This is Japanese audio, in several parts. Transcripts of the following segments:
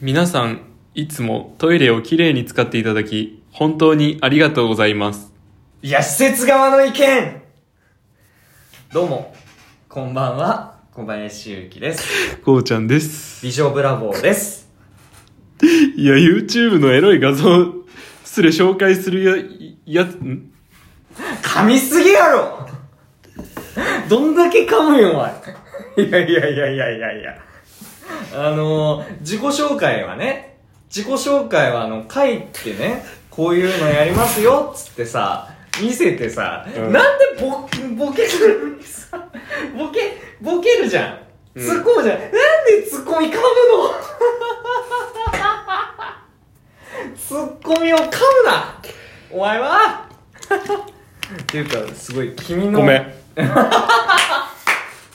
皆さん、いつもトイレをきれいに使っていただき、本当にありがとうございます。いや、施設側の意見どうも、こんばんは、小林ゆうきです。こうちゃんです。美女ブラボーです。いや、YouTube のエロい画像、すれ紹介するや、や、ん噛みすぎやろどんだけ噛むよ、お前。いやいやいやいやいやいや。あのー、自己紹介はね、自己紹介はあの、書いてね、こういうのやりますよ、っつってさ、見せてさ、うんなんでボ、ボケるのにさ、ボケ、ボケるじゃん。うん突っ込むじゃん。なんで突っ込み噛むの突っ込みを噛むなお前は っていうか、すごい、君の、ごめん。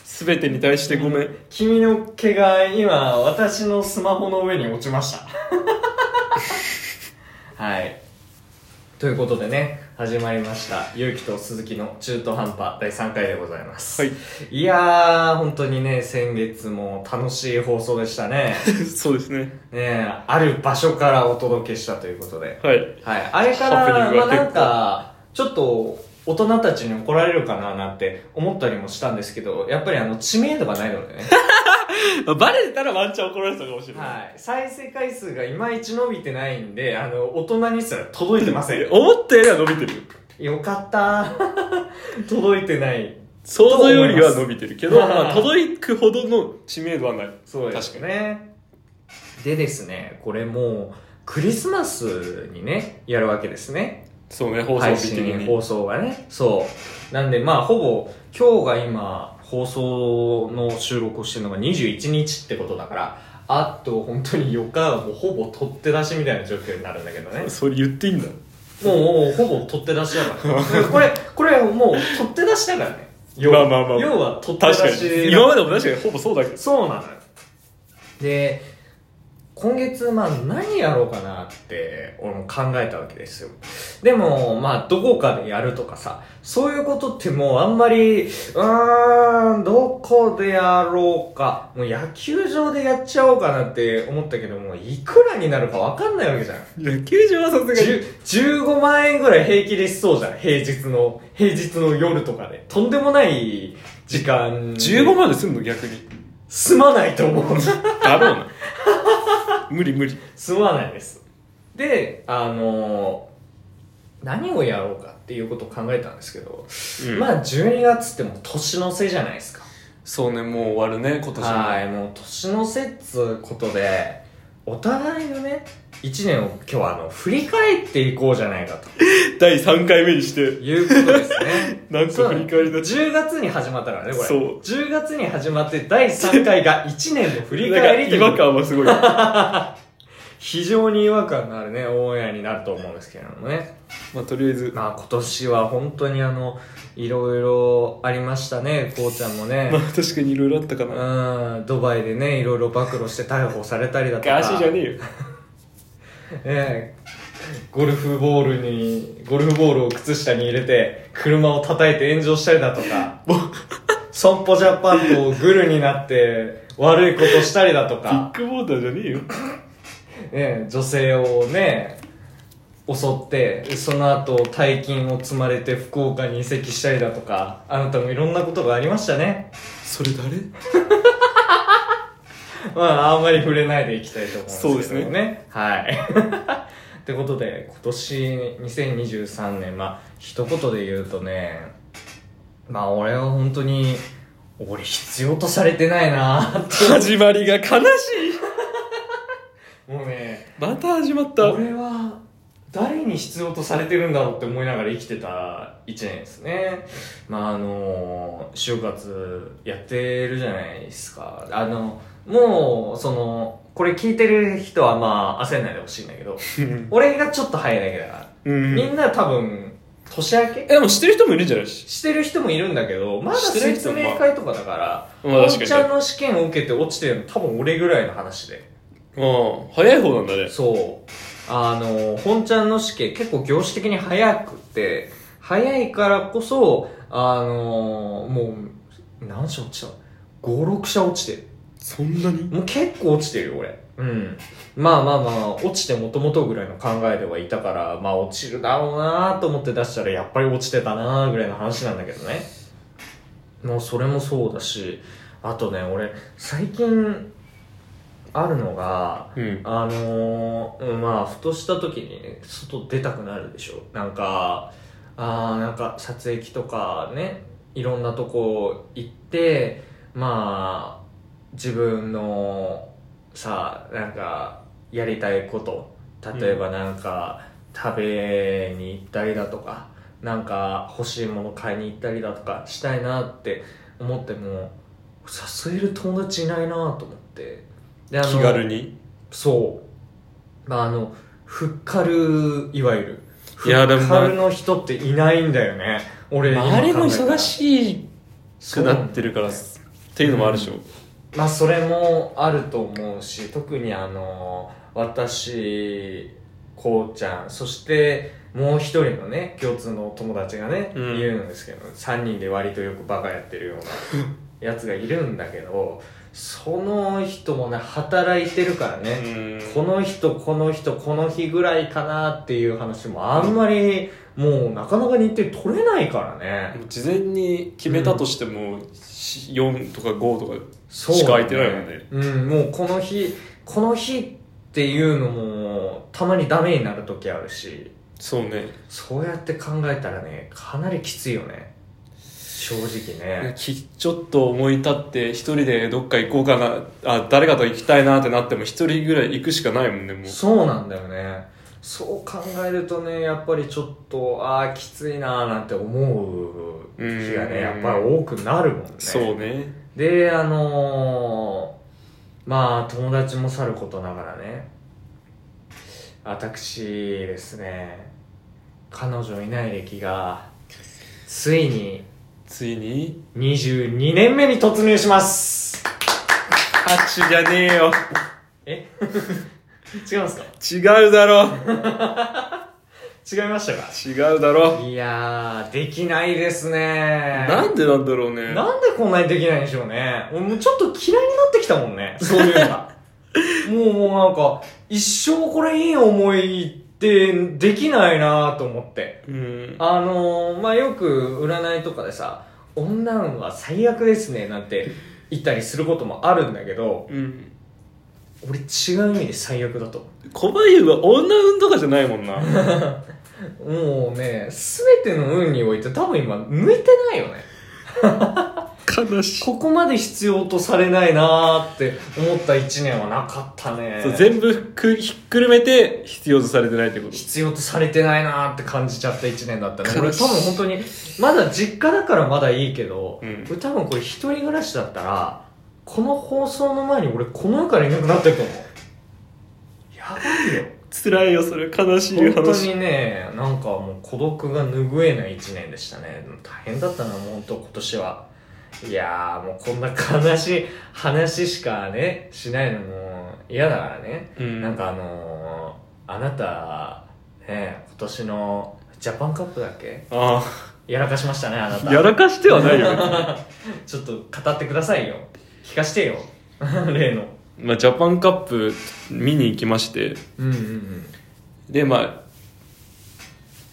すべてに対してごめん。君の毛が今私のスマホの上に落ち ましたはいということでね始まりました「ゆうきと鈴木の中途半端」第3回でございます、はい、いやー本当にね先月も楽しい放送でした ねねそうですね。えある場所からお届けしたということではい。はいあれかハらプニンまあグが結構なんかちょっと大人たちに怒られるかななんて思ったりもしたんですけどやっぱりあの知名度がないのでねバレたらワンチャン怒られたかもしれない。はい、再生回数がいまいち伸びてないんであの大人にすら届いてま せん思ったよりは伸びてるよ。よかった ー届いてない想像よりは伸びてるけど、と思いますまあ、届くほどの知名度はない。そうですねでですねこれもうクリスマスにねやるわけですねそうね、放送配日的信に。放送がねそうなんでまあほぼ今日が今放送の収録をしてるのが21日ってことだからあと本当に4日はもうほぼ取って出しみたいな状況になるんだけどねそれ言っていいんだ。もうもうほぼ取って出しだ から。これ、これもう取って出しだからね。要まはあまあまあ要は取って出確かしだに。今までも確かにほぼそうだけど。そうなのよ。で、今月、まあ何やろうかなって、俺も考えたわけですよ。でも、まあどこかでやるとかさ、そういうことってもうあんまり、うーん、どこでやろうか、もう野球場でやっちゃおうかなって思ったけども、いくらになるかわかんないわけじゃん。野球場はさすがに。 10 15万円ぐらい平気でしそうじゃん平日の平日の夜とかでとんでもない時間で15万ですんの逆に。済まないと思うだろう な。無理無理。済まないですであのー何をやろうかっていうことを考えたんですけど、うんまあ12月ってもう年の瀬じゃないですかそうね、もう終わるね、今年もはいもう年の瀬っつうことでお互いのね1年を今日はあの振り返っていこうじゃないか第3回目にしてと、いうことです ねなんか振り返りだし。 10月に始まったからねこれそう10月に始まって第3回が1年の振り返りとい違和う感はすごい。 ま非常に違和感のあるねオンエアになると思うんですけれどもねあ、とりあえず、まあ今年は本当にあのいろいろありましたねこうちゃんもねまあ確かにいろいろあったかな。うんドバイでねいろいろ暴露して逮捕されたりだとかガシじゃねえよ。ええゴルフボールにゴルフボールを靴下に入れて車を叩いて炎上したりだとか損保ジャパンとグルになって悪いことしたりだとビッか、グモーターじゃねえよ。ええ女性をね襲ってその後大金を積まれて福岡に移籍したりだとかあなたもいろんなことがありましたねそれ誰まあ、あんまり触れないでいきたいと思うんですけどね。そうですはい。 ってことで、今年2023年、まあ、一言で言うとね、まあ、俺は本当に、俺必要とされてないな って。始まりが悲しい。もうね、また始まった。俺は、誰に必要とされてるんだろうって思いながら生きてた一年ですね。まあ、あの、就活やってるじゃないですか。あの、もう、その、これ聞いてる人はまあ、焦んないでほしいんだけど、うん。俺がちょっと早いだけだから、うんみんな多分年明けでも知ってる人もいるんじゃないし。してる人もいるんだけどまだしてない説人も明会とかだからまあ確かおにちゃんの試験を受けて落ちてるの多分俺ぐらいの話でうん。早い方なんだね。そうあの本ちゃんの試験結構業種的に早くって早いからこそあのもう何社落ちた56社落ちてるそんなにもう結構落ちてるよ、俺。うん。まあまあまあ、落ちてもともとぐらいの考えではいたから、まあ落ちるだろうなと思って出したら、やっぱり落ちてたなぐらいの話なんだけどね。もうそれもそうだし、あとね、俺、最近、あるのが、うんあのーうんまあ、ふとした時にね、外出たくなるでしょ。なんか、あーなんか撮影機とかね、いろんなとこ行って、まあ、自分のさなんかやりたいこと例えばなんか、食べに行ったりだとかなんか欲しいもの買いに行ったりだとかしたいなって思っても誘える友達いないなと思ってであの気軽にそうまああのふっかるいわゆるふいっやでもかるの人っていないんだよね俺今考えたあられも忙しくそうななんだよってるからっていうのもあるでしょまあそれもあると思うし特にあの私こうちゃんそしてもう一人のね共通の友達がね、うんいるんですけど3人で割とよくバカやってるようなやつがいるんだけどその人もね働いてるからね、この人この人この日ぐらいかなっていう話もあんまりもうなかなか日程取れないからね、事前に決めたとしてもし4とか5とかそうしか空いてないもんねうんもうこの日この日っていうのもたまにダメになる時あるしそうねそうやって考えたらねかなりきついよね正直ねきちょっと思い立って一人でどっか行こうかなあ誰かと行きたいなってなっても一人ぐらい行くしかないもんねもうそうなんだよねそう考えるとねやっぱりちょっとああきついなーなんて思う日がうんねやっぱり多くなるもんねそうねであのーまあ友達もさることながらね私ですね彼女いない歴がついについに22年目に突入します拍手じゃねえよえ 違うんすか違うだろ違いましたか違うだろいやーできないですねなんでなんだろうねなんでこんなにできないんでしょうね。俺もうちょっと嫌いになってきたもんね。そういうのが。 もうもうなんか、一生これいい思いってできないなと思って。うんあのー、まあ、よく占いとかでさ、女運は最悪ですねなんて言ったりすることもあるんだけど、うん俺違う意味で最悪だと思う。小林は女運とかじゃないもんなもうね、すべての運において多分今向いてないよね。悲しいここまで必要とされないなーって思った一年はなかったね。そう全部くひっくるめて必要とされてないってこと必要とされてないなーって感じちゃった1年だったね悲しい俺多分本当にまだ実家だからまだいいけど、うん俺多分これ一人暮らしだったらこの放送の前に俺この世からいなくなってると思うやばいよ辛いよそれ悲 しい話本当にねなんかもう孤独が拭えない1年でしたね大変だったなもう本当今年はいやーもうこんな悲しい話しかねしないのも嫌だからねうんなんかあのー、あなた、ね、今年のジャパンカップだっけあやらかしましたね、あなた。あやらかしてはないよちょっと語ってくださいよ。聞かしてよ。 例別の。にまあジャパンカップ見に行きましてうんうんでま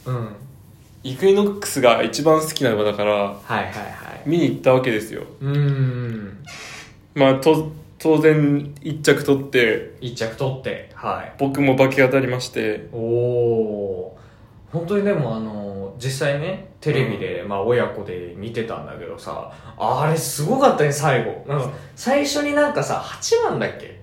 あうん。うん。イクイノックスが一番好きな馬だからはいはいはい。見に行ったわけですようーん。まあと当然一着取って一着取って。はい。僕も化け当たりましておお。本当にでもあのー、実際ね、テレビで、まあ親子で見てたんだけどさ、あれすごかったね、最後。なんか、最初になんかさ、8番だっけ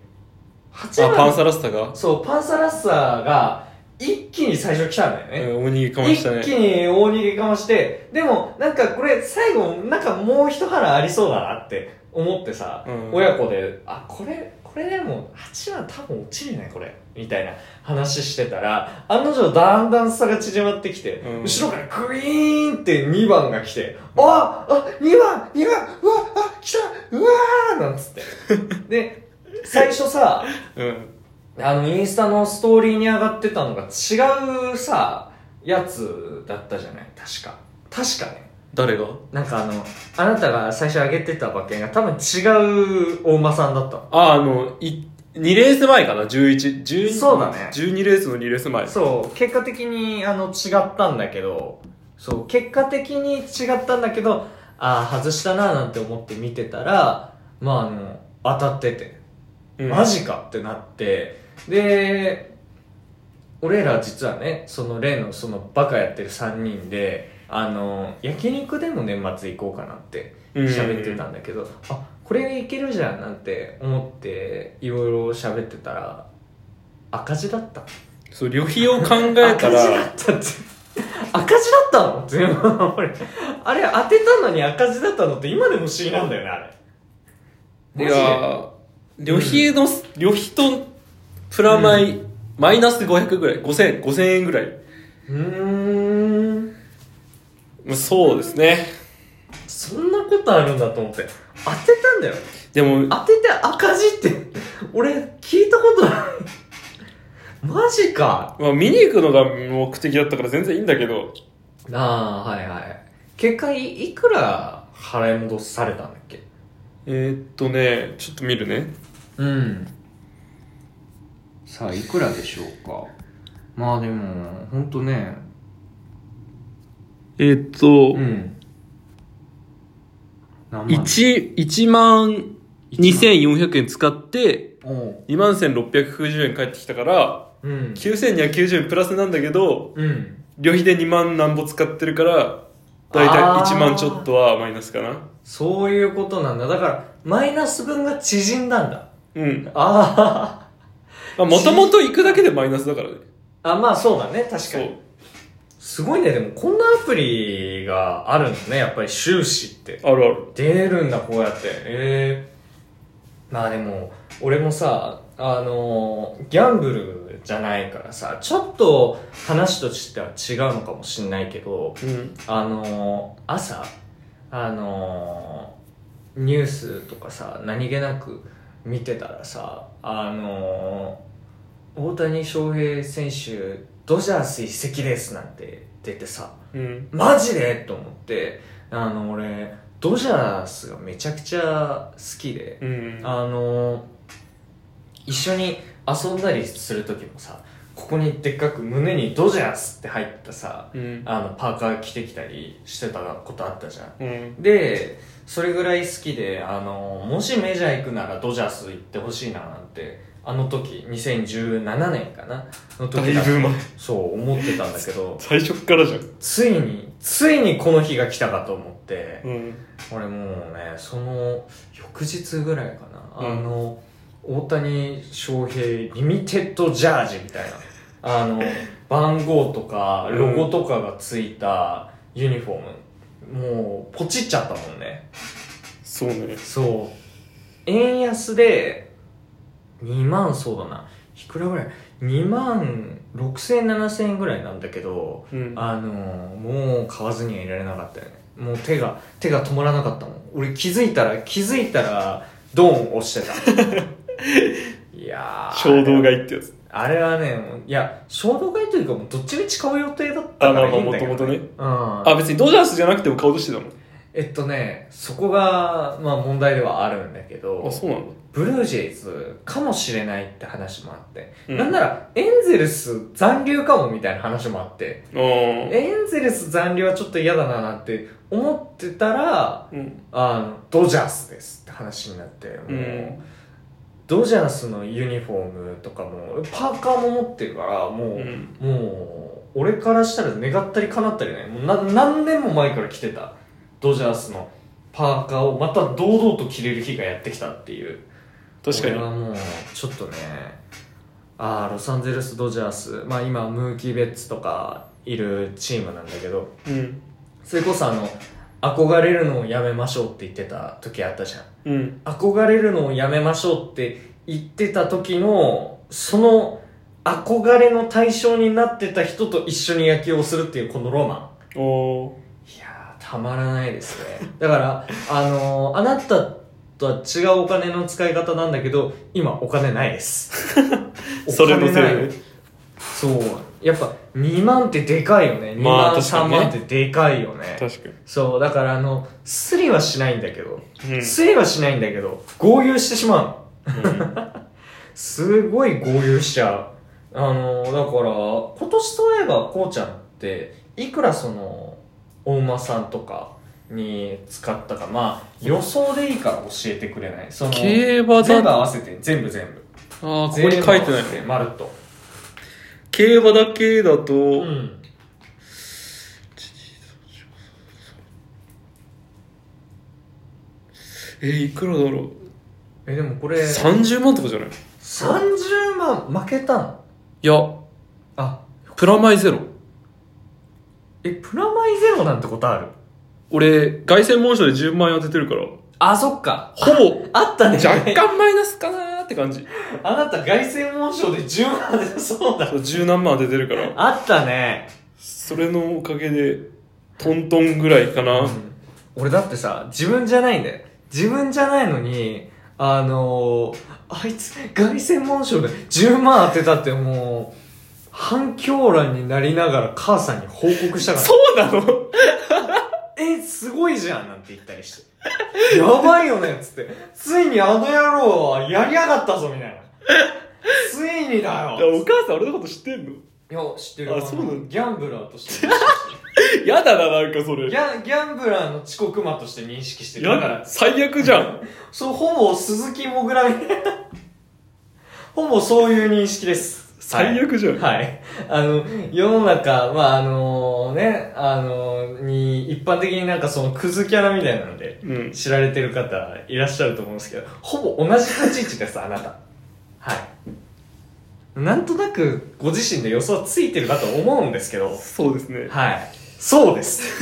?8 あ番パンサラスタが、そう、パンサーラッサーが一気に最初来たんだようね。ん、おにぎりかまし一たね気に大逃げかまして、でもなんかこれ最後なんかもう一腹ありそうだなって思ってさ、うん親子で、あ、これ、これでも8番多分落ちるね、これ。みたいな話してたら、案の定だんだん差が縮まってきて、うん後ろからグイーンって2番が来て、ああ !2 番 !2 番うわあ来たうわーなん つって。で、最初さ、うんあの、インスタのストーリーに上がってたのが違うさ、やつだったじゃない確か。確かね。誰がなんかあの、あなたが最初上げてた馬券が多分違う大間さんだったの。あ、あの、い、2レース前かな ?11、12、そうだね12レースの2レース前。そう、結果的にあの違ったんだけど、そう、結果的に違ったんだけど、ああ、外したなーなんて思って見てたら、まああの、当たってて、うんマジかってなって、で、俺ら実はね、その例のそのバカやってる3人で、あの、焼肉でも年末行こうかなってうん喋ってたんだけど、あ、これいけるじゃんなんて思って、いろいろ喋ってたら、赤字だった。そう、旅費を考えた 赤字だら、ったって赤字だったの全部 俺あれ当てたのに赤字だったのって今でも不思議なんだよねあいれマジでや、旅費の、旅費と、プラマイ、マイナス500ぐらい、5000、5000円ぐらい。うーんまあそうですね。そんなことあるんだと思って当てたんだよでも、当てて赤字って俺聞いたことないマジかまあ、見に行くのが目的だったから全然いいんだけど、ああはいはい結果いいくら払い戻されたんだっけえー、っとね、ちょっと見るね。うんさあいくらでしょうかまあでも本当ねえー、っと、ん何万1、1万2400円使って、おう2万1690円返ってきたから、うん9290円プラスなんだけど、うん旅費で2万なんぼ使ってるから、だいあたーい1万ちょっとはマイナスかな。そういうことなんだだからマイナス分が縮んだんだうん。あーまあ、もともと行くだけでマイナスだからね。あまあそうだね確かそうに。すごいねでもこんなアプリがあるのねやっぱり収支ってあるある。出るんだこうやってええまあでも俺もさあのーギャンブルじゃないからさちょっと話としては違うのかもしんないけどうん。あのー朝あのーニュースとかさ何気なく見てたらさあのー大谷翔平選手ドジャース移籍ですなんて出てさうん。マジでと思ってあの俺ドジャースがめちゃくちゃ好きで、うん。あの一緒に遊んだりする時もさここにでっかく胸にドジャースって入ったさうん。あのパーカー着てきたりしてたことあったじゃんうん。でそれぐらい好きであのもしメジャー行くならドジャース行ってほしいななんてあの時2017年かなのだ時いだぶ前。そう思ってたんだけど最初っからじゃん。ついに、ついにこの日が来たかと思って、うん。俺もうね、その翌日ぐらいかな、うんあの、大谷翔平リミテッドジャージみたいな、あ の、番号とかうんロゴとかがついたユニフォーム、もうポチっちゃったもんね。そうね。そう。円安で、2万、そうだな。いくらぐらい ?2 万6千7千円ぐらいなんだけど、うん。あのーもう買わずにはいられなかったよねもう手が手が止まらなかったもん俺気づいたら気づいたらドン押してた いやー衝動買いってやつ。あれはねもういや衝動買いというかもうどっちみち買う予定だったあ、かまあらいまあ、いんもだとけど、もとね。うん、あ、別にドジャースじゃなくても顔としてたもん。えっとねそこが、まあ、問題ではあるんだけどあ、そうなんだ。ブルージェイズかもしれないって話もあって、うんなんならエンゼルス残留かもみたいな話もあってあエンゼルス残留はちょっと嫌だななんて思ってたら、あ。うん。あの、ドジャースですって話になって、もう、うんドジャースのユニフォームとかも、パーカーも持ってるから、うもう、ん。もう、俺からしたら願ったり叶ったりね、もうな何年も前から着てた、ドジャースのパーカーをまた堂々と着れる日がやってきたっていう。確かにこれ。はもうちょっとねああロサンゼルス・ドジャースまあ今ムーキー・ベッツとかいるチームなんだけどうん。それこそあの憧れるのをやめましょうって言ってた時あったじゃんうん。憧れるのをやめましょうって言ってた時のその憧れの対象になってた人と一緒に野球をするっていうこのロマンおー。いやー、たまらないですね。だから、あのーあなたとは違うお金の使い 。方なんだけど、今お金ないですそれのせいお金ないで。そう。やっぱ2万ってでかいよね2まあ万、確か3にね万ってでかいよね確かにそうだからあのすりはしないんだけど、うんすりはしないんだけど合流してしまうのすごい合流しちゃう。あの、だから、今年といえば、こうちゃんって、いくらその、お馬さんとかに使ったか、まあ、予想でいいから教えてくれないその、競馬全部合だあわせて、全部全部。あここに書いてないね。まるっと。競馬だけだと、うん。えーいくらだろうえ、でもこれ、 30万とかじゃないい30万負けたのやあ、プラマイゼロえ、プラマイゼロなんてことある俺凱旋門賞で10万円当ててるからあ、そっか。 ほあったぼね。若干マイナスかなーって感じあなた、凱旋門賞で10万で、そうだ。そう十何万当ててるからあったね。それのおかげでトントンぐらいかな、俺だってさ自分じゃないんだよ自分じゃないのにあのー、あいつ凱旋門賞で10万当てたってもう反響欄になりながら母さんに報告したからそうなのえすごいじゃんなんて言ったりして やばいよねっつってついにあの野郎はやりやがったぞみた いなついにだよお母さん俺のこと知ってんのいや知ってるあそうなのあのギャンブラーとして認識してやだななんかそれるギャンギャンブラーの遅刻魔として認識してるやだだから最悪じゃんそう、ほぼ鈴木もぐらみ たいな。ほぼそういう認識です。最悪じゃん、はい。あの、世の中、まあ、あのね、あのに、一般的になんかそのクズキャラみたいなので、うん知られてる方いらっしゃると思うんですけど、ほぼ同じ立ち位置です、あなた。はい。なんとなく、ご自身で予想はついてるかと思うんですけど、そうですねはい。そうです。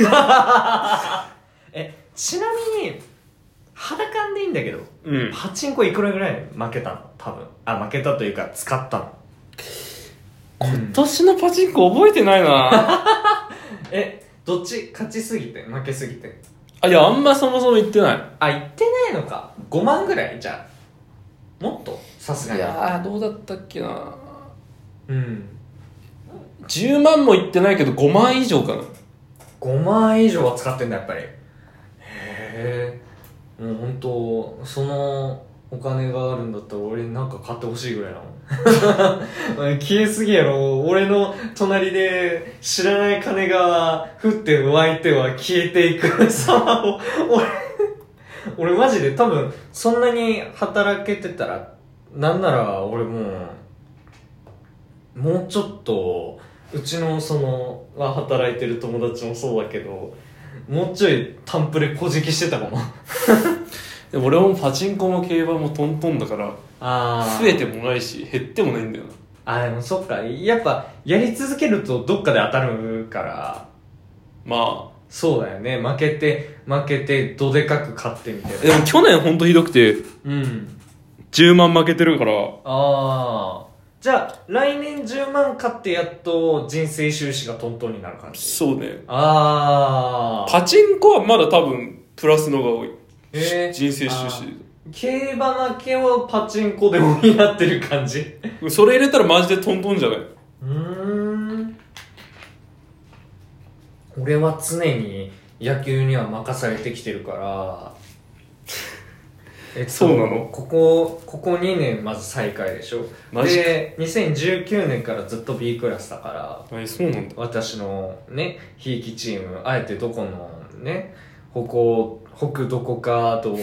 え、ちなみに、裸感でいいんだけど、うんパチンコいくらぐらい負けたの多分。あ、負けたというか、使ったの。今年のパチンコ覚えてない なえ、どっち勝ちすぎて負けすぎてあいやあんまそもそも言ってなあ、行ってないのか。5万ぐらいじゃあ。もっとさすがいいに。やーどうだったっけなうん。 10万も言ってないけど5万以上かな5万以上は使ってんだ、やっぱり。へえ。もう本当その、お金があるんだったら俺なんか買ってほしいぐらいなもん。 消えすぎやろ。俺の隣で知らない金が降って湧いては消えていく様を、 俺、俺マジで多分そんなに働けてたら、なんなら俺もう、もうちょっと、うちのその、まあ、働いてる友達もそうだけど、もうちょいタンプレ小じきしてたかも。でも俺もパチンコも競馬もトントンだからあ増えてもないし減ってもないんだよなあでもそっかやっぱやり続けるとどっかで当たるからまそうだよね負けて負けてどでかく勝ってみたいあでも去年ほんとひどくてなうん10万負けてるからああじゃあ来年10万勝ってやっと人生収支がトントンになる感じそうねああパチンコはまだ多分プラスのが多いえー人生収競馬負けをパチンコで補ってる感じ支それ入れたらマジでトントンじゃないうーん俺は常に野球には任されてきてるからえっとそうなのここここ2年まず最下位でしょマジかで2019年からずっと B クラスだからえそうなんだ私のねひいきチームあえてどこのね北欧北どこかと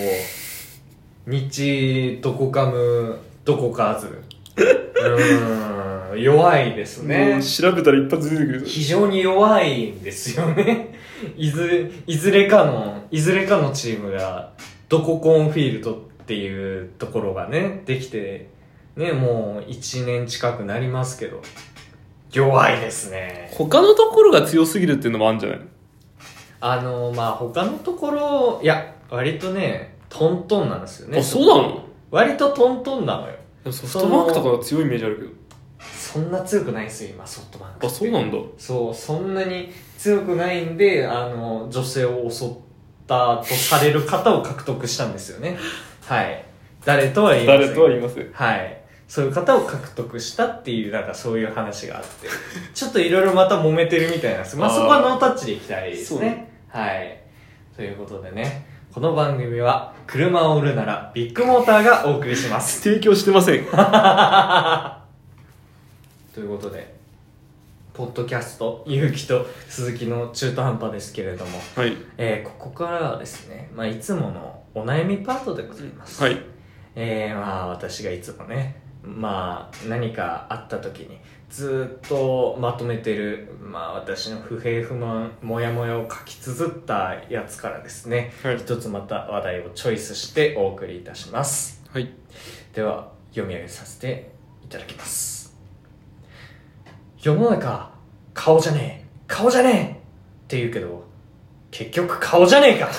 日どこかむどこかずうーん弱いですねもう調べたら一発出てくる非常に弱いんですよねいずいずれかのいずれかのチームがどこコンフィールドっていうところがねできてねもう1年近くなりますけど弱いですね他のところが強すぎるっていうのもあるんじゃないあのまあ他のところいや割とねトントンなんですよねあそうなの割とトントンなのよでもソフトバンクとかは強いイメージあるそんな強くないんですよ今ソフトバンけクどあそうなんだそうそんなに強くないんであの女性を襲ったとされる方を獲得したんですよねはい誰とは言いません誰とは言いませんはいそういう方を獲得したっていう、なんかそういう話があって、 ちょっといろいろまた揉めてるみたいなんです。まあ、あーそこはノータッチでいきたいでそすうねね。はい。ということでね、この番組は、車を売るならビッグモーターがお送りします。提供してませんということで、ポッドキャスト、ゆうきと鈴木の中途半端ですけれども、はいえーここからはですね、まあ、いつものお悩みパートでございます。はいえーまあ私がいつもねまあ何かあった時にずっとまとめてる、まあ、私の不平不満モヤモヤを書き綴ったやつからですねはい一つまた話題をチョイスしてお送りいたしますはいでは読み上げさせていただきます世の中顔じゃねえ顔じゃねえって言うけど結局顔じゃねえ か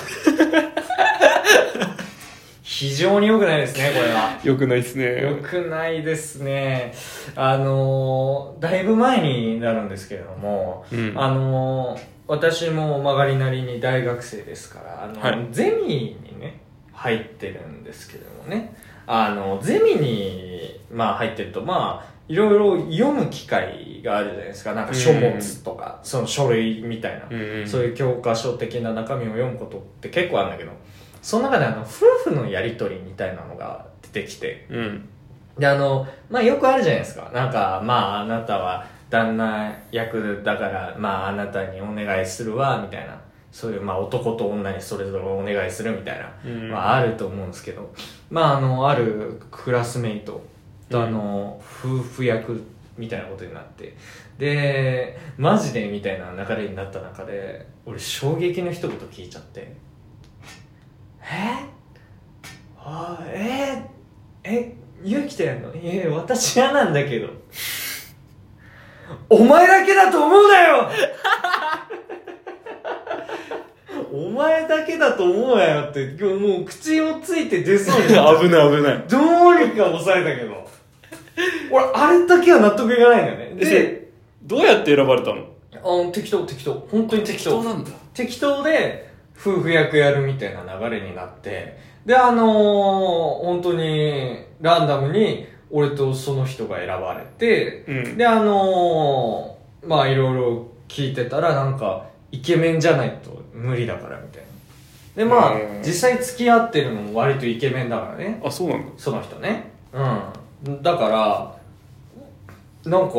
非常に良くないですねこれはよくないですよねくないですね。あのーだいぶ前になるんですけれども、うんあのー私も曲がりなりに大学生ですから、あのはいゼミにね、入ってるんですけれどもね、あの、ゼミに、まあ入ってると、まあ、いろいろ読む機会があるじゃないですか。なんか書物とか、その書類みたいな。うんそういう教科書的な中身を読むことって結構あるんだけど、その中であの、夫婦のやりとりみたいなのが出てきて、うんで、あの、まあ、よくあるじゃないですか。なんか、まあ、あなたは旦那役だから、まあ、あなたにお願いするわ、みたいな。そういう、まあ、男と女にそれぞれお願いするみたいな。うんまあ、あると思うんですけど。まあ、あの、あるクラスメイトと、あの、夫婦役みたいなことになって。で、マジでみたいな流れになった中で、俺、衝撃の一言聞いちゃって。えあえー、えゆうきとやんのいや私嫌なんだけどお前だけだと思うなよお前だけだと思うなよって今日もう口をついて出そうになった危ない危ないどうにか抑えたけど俺あれだけは納得いかないんだよねででどうやって選ばれたのあ適当適当本当に適当なんだ適当で夫婦役やるみたいな流れになって、で、あのー本当にランダムに俺とその人が選ばれて、うんで、あのーまあいろいろ聞いてたらなんか、イケメンじゃないと無理だからみたいな。で、まあうん、実際付き合ってるのも割とイケメンだからね。あそうなんだその人ね。うん。だから、なんか、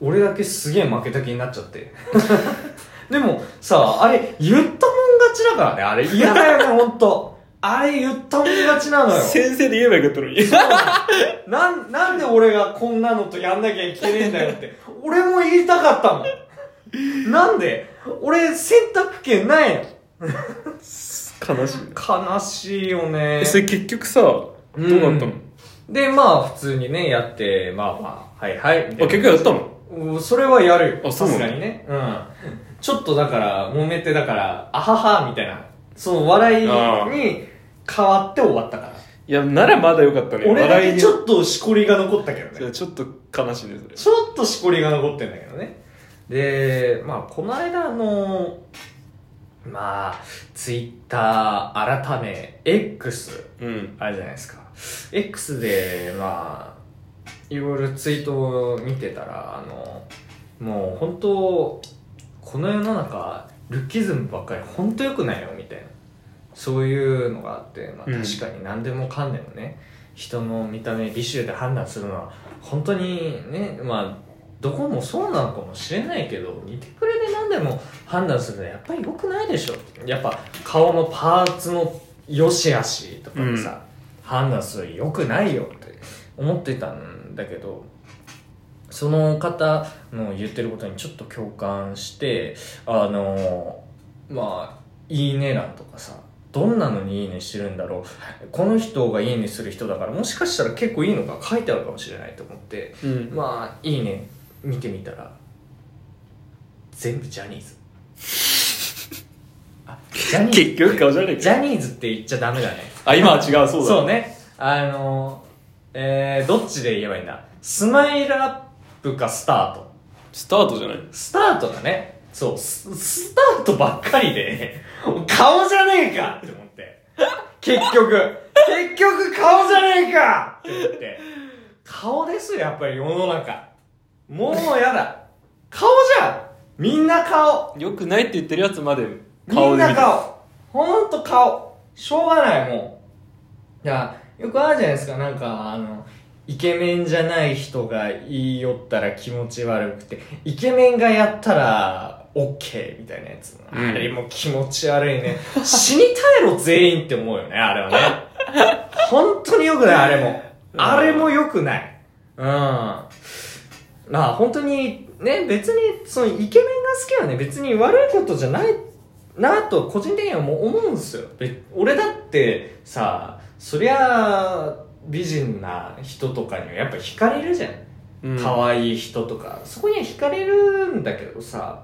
俺だけすげえ負けた気になっちゃって。 でもさ、あれ、言ったもん勝ちだからね、あれ。嫌だよね、ほんと。あれ言ったもん勝 ちなのよ。先生で言えばよかったのになん、なんで俺がこんなのとやんなきゃいけねえんだよって。俺も言いたかったもん。なんで俺選択権ないの。 悲しい悲しいよねえ。それ結局さどうなったのうんで、まあ普通にね、やって、まあまあ、はいはい。みたいあな結果やったのうんそれはやるよ。あさそうなすのがにね。うん。ちょっとだから、揉めてだから、あはは、みたいな。その笑いにあ変わって終わったから。いやならまだよかったね俺だ笑いけにちょっとしこりが残ったけどいやね。ちょっと悲しいねそれちょっとしこりが残ってんだけどね。で、まあ、この間あの、まあ、ツイッター改め、X。うんあれじゃないですか X でまあいろいろツイートを見てたらあのもう本当この世の中ルッキズムばっかり本当良くないよみたいなそういうのがあって、まあ、うん確かに何でもかんでもね、人の見た目美醜で判断するのは本当にねまあどこもそうなのかもしれないけど似てくれで何でも判断するのはやっぱり良くないでしょやっぱ顔のパーツの良し悪しとかでさ、判断する良くないよって思ってたんだけどその方の言ってることにちょっと共感してあのまあいいね欄とかさどんなのにいいねしてるんだろうこの人がいいねする人だからもしかしたら結構いいのが書いてあるかもしれないと思ってうんまあいいね見てみたら全部ジャニーズ あジャニーズ結局顔じゃねえジかャニーズって言っちゃダメだねあ今は違うそうだそうね。あの、えー、どっちで言えばいいんだスマイルアップかスタート。スタートじゃないスタートだね。そう、ススタートばっかりで、顔じゃねえかって思って。結局、結局顔じゃねえかって思って。顔ですよ、やっぱり世の中。もうやだ。顔じゃんみんな顔よくないって言ってるやつまでみんで見なる顔ほんと顔しょうがないもん。いや、よくあるじゃないですか、なんか、あの、イケメンじゃない人が言い寄ったら気持ち悪くて、イケメンがやったら、オッケーみたいなやつ。うんあれも気持ち悪いね。死に耐えろ全員って思うよね、あれはね。本当に良くない、あれも。あれも良くない。うん。まあ本当に、ね、別に、そのイケメンが好きはね、別に悪いことじゃないなと、個人的にはもう思うんですよ。べ俺だってさ、そりゃ、美人な人とかにはやっぱ惹かれるじゃん。うん可愛い人とか、そこには惹かれるんだけどさ、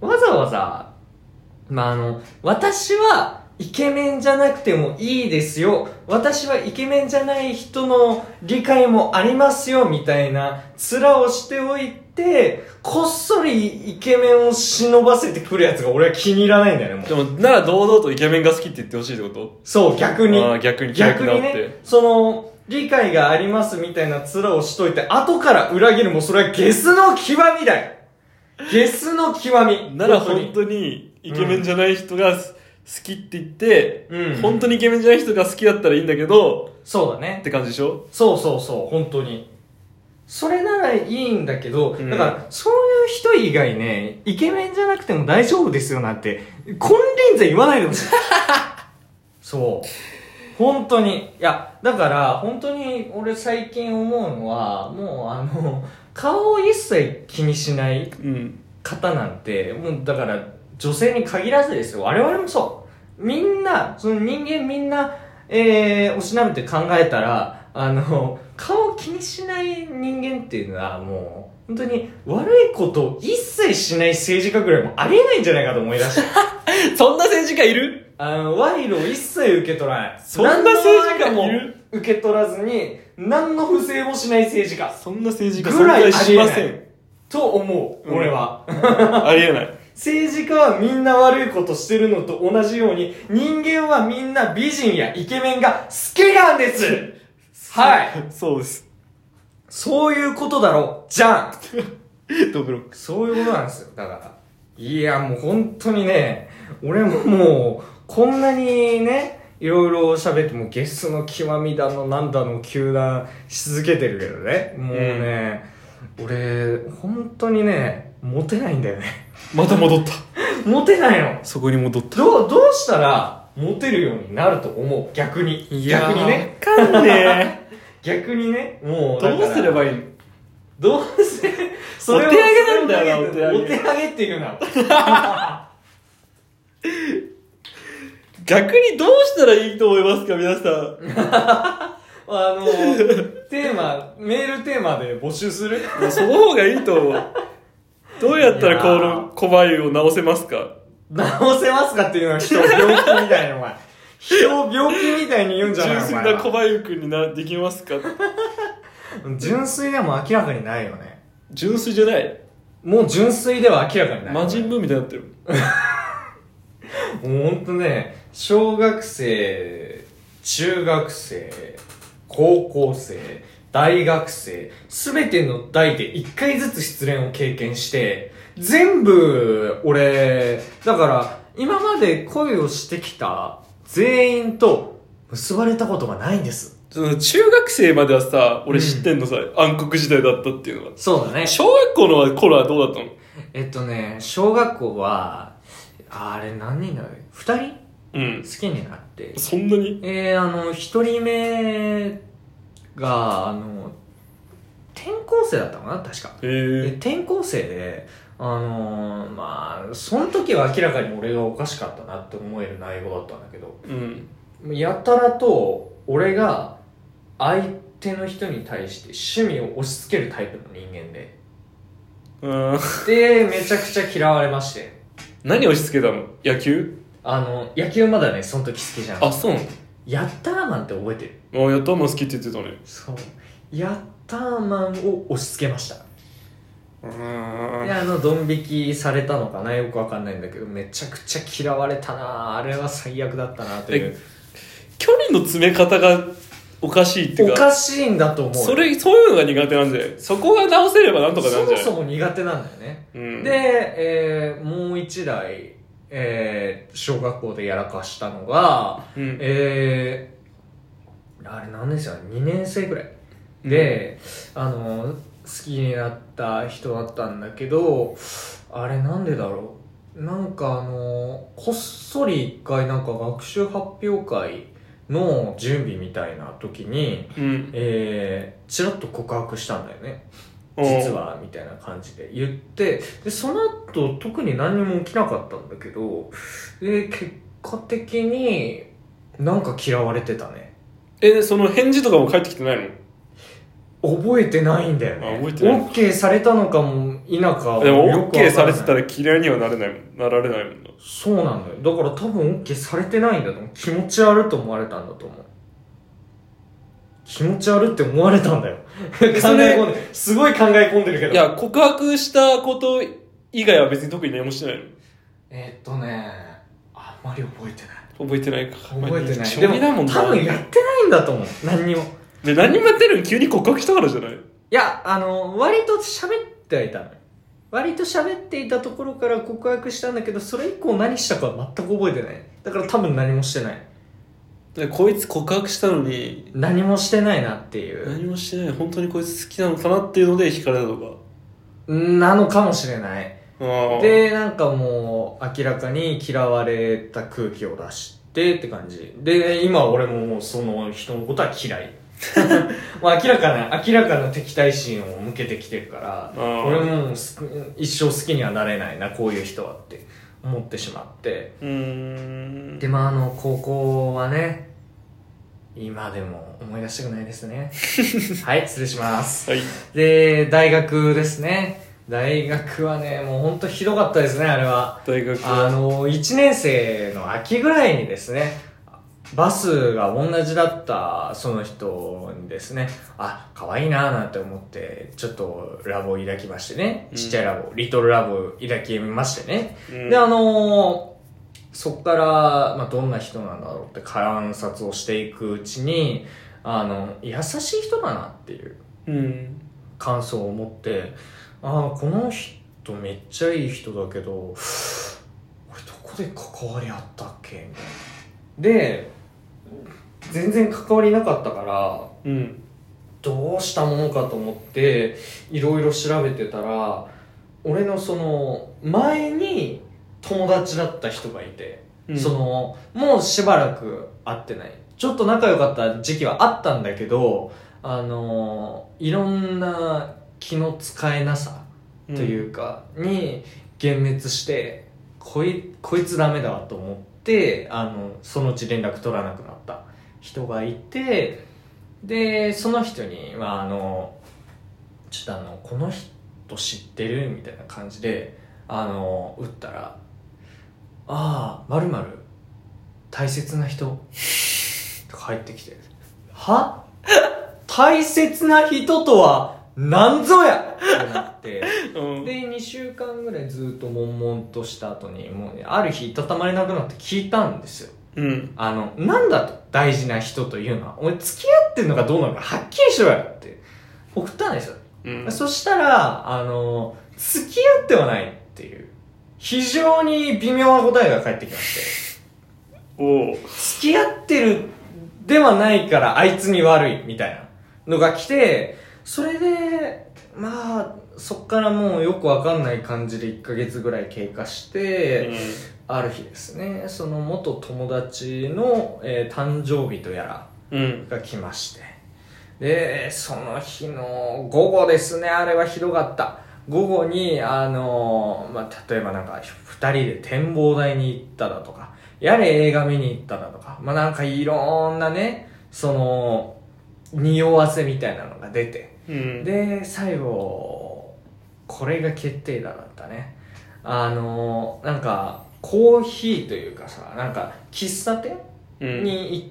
わざわざ、まあ、あの、私はイケメンじゃなくてもいいですよ。私はイケメンじゃない人の理解もありますよ、みたいな面をしておいて、こっそりイケメンを忍ばせてくるやつが俺は気に入らないんだよね、もうでもなら堂々とイケメンが好きって言ってほしいってことそう、逆に。あー逆に逆に嫌いになっねて、その、理解がありますみたいな面をしといて、後から裏切るもそれはゲスの極みだよゲスの極みなら本当本に当にイケメンじゃない人が好きって言って、うん本当にイケメンじゃない人が好きだったらいいんだけどそうだねっ。て感じでしょそうそうそう、本当に。それならいいんだけど、うんだから、そういう人以外ね、イケメンじゃなくても大丈夫ですよなんて、金輪際言わないでほしい。 そう。本当に。いや、だから、本当に俺最近思うのは、もうあの、顔を一切気にしないうん方なんて、もうだから、女性に限らずですよ。我々もそう。みんな、その人間みんな、えー、おしなべて考えたら、あの、顔を気にしない人間っていうのはもう、本当に悪いことを一切しない政治家ぐらいもありえないんじゃないかと思い出 した。そんな政治家いるあの、賄賂を一切受け取らない。そんな政治家もい何の賄る賂受け取らずに、何の不正もしない政治家。そんな政治家ぐ存らい在あしりえなまいせんと思う、うん俺は。ありえない政治家はみんな悪いことしてるのと同じように、人間はみんな美人やイケメンが好きなんですはい そうですそういうことだろうじゃんドブロックそういうことなんですよ、だから。いや、もう本当にね、俺ももう、こんなにね、いろいろ喋って、もうゲスの極みだの、なんだの、球団し続けてるけどね。もうね、俺、本当にね、モテないんだよね。 また戻ったモテないの。そこに戻ったどう、どうしたら、モテるようになると思う逆に。逆にね。わかん ねえ逆にね。もう、どうすれいいばいいのどうせ、それをお手上げなんだよなそれをお手上げお手上げっていうな。逆にどうしたらいいと思いますか皆さんあの、テーマ、メールテーマで募集するもうその方がいいと思う。どうやったらこいやの小眉を直せますか直せますかっていうのは人を病気みたいな、お前。人を病気みたいに言うんじゃな純いお粋前な小は眉くんになできますか純粋でも明らかにないよね。純粋じゃないもう純粋では明らかにない。魔人ブーみたいになってるもうほんとね、小学生、中学生、高校生、大学生、すべての代で一回ずつ失恋を経験して、全部、俺、だから、今まで恋をしてきた全員と結ばれたことがないんです。その中学生まではさ俺うん知ってんのさ、暗黒時代だったっていうのはそうだね小学校の頃はどうだっえっとね、小学校は、あれ何人だろう二人たのうん好きになって。そんなにえー、あの、一人目が、あの、転校生だったのかな確か。へでえ転校生で、あのーまあ、その時は明らかに俺がおかしかったなって思える内容だったんだけど、うんやたらと俺が相手の人に対して趣味を押し付けるタイプの人間で、うん、で、めちゃくちゃ嫌われまして、何押し付けたの野球あの、野球まだね、その時好きじゃん。あそうなやったーマンって覚えてるのあやったま好きって言ってたねそうヤッターマンを押し付けましたうんであのドン引きされたのかなよくわかんないんだけどめちゃくちゃ嫌われたなあれは最悪だったなという距離の詰め方がおかしいっていおうかかしいんだと思うよそれそういうのが苦手なんでそこが直せればなんとかなそんじゃもないそも苦手なんだよね、うんで、えーもう一台、えー小学校でやらかしたのが、うんえーあれなんですよ2年生ぐらいで、あの好きになった人だったんだけどあれなんでだろうなんかあのこっそり一回なんか学習発表会の準備みたいな時に、うんえー、ちらっと告白したんだよねうん実はみたいな感じで言ってでその後特に何にも起きなかったんだけどで結果的になんか嫌われてたねえその返事とかも返ってきてないの覚えてないんだよあね覚えてない OK されたのかもで否かよくもわからな OK いされてたら嫌いにはなれないもんなられないもんなそうなんだよだから多分 OK されてないんだと思う気持ち悪いと思われたんだと思う気持ち悪いって思われたんだよ考えそれ込んですごい考え込んでるけどいや告白したこと以外は別に特に何もしてないのえーっとねあんまり覚えてない覚えてないか覚えてない。ちょびだもんな多分やってないんだと思う。何にも。いで何もやってるのに急に告白したからじゃないや、あの、割と喋ってはいたのよ。割と喋っていたところから告白したんだけど、それ以降何したかは全く覚えてない。だから多分何もしてない。でこいつ告白したのに何もしてないなっていう。何もしてない本当にこいつ好きなのかなっていうので惹かれたとかなのかもしれない。ああで、なんかもう、明らかに嫌われた空気を出してって感じ。で、今俺ももうその人のことは 嫌い。まあ明らかな、明らかな敵対心を向けてきてるから、あ俺もす一生好きにはなれないなこういう人はって思ってしまってうーんでまああの高校はね今でも思い出したくないです ねはい失礼しますはいで大学ですね大学はねもうほんとひどかったですねあれは大学あの1年生の秋ぐらいにですねバスが同じだったその人にですねあ可愛いなーなんて思ってちょっとラボを抱きましてねうんちっちゃいラボ、リトルラボを抱きましてね、うんであのーそっから、まあ、どんな人なんだろうって観察をしていくうちにあの優しい人だなっていううん感想を持ってああこの人めっちゃいい人だけど俺どこで関わりあったっけみたいなで全然関わりなかったからうんどうしたものかと思っていろいろ調べてたら俺のその前に友達だった人がいて、うんそのもうしばらく会ってないちょっと仲良かった時期はあったんだけどあのいろんな気の使えなさというか、に幻滅してこいこいつダメだわと思ってあのそのうち連絡取らなくなった人がいてでその人に、まあ、あのちょっとあのこの人知ってるみたいな感じであの打ったら「ああまる大切な人」とか入ってきて「は大切な人とは何ぞや!」ってなって。うんで2週間ぐらいずっと悶々とした後にもうある日いたたまれなくなって聞いたんですようんあのなんだと大事な人というのはお前付き合ってんのかどうなのかはっきりしろよって送ったんですよ、うんそしたらあの付き合ってはないっていう非常に微妙な答えが返ってきましておう付き合ってるではないからあいつに悪いみたいなのが来てそれでまあそっからもうよくわかんない感じで1ヶ月ぐらい経過して、ある日ですねその元友達の、えー誕生日とやらうんが来ましてでその日の午後ですねあれはひどかった午後にあの、まあ、例えばなんか2人で展望台に行っただとかやれ映画見に行っただとかまあなんかいろんなねその匂わせみたいなのが出てうんで最後これが決定打だったねあのなんかコーヒーというかさなんか喫茶店うんに行っ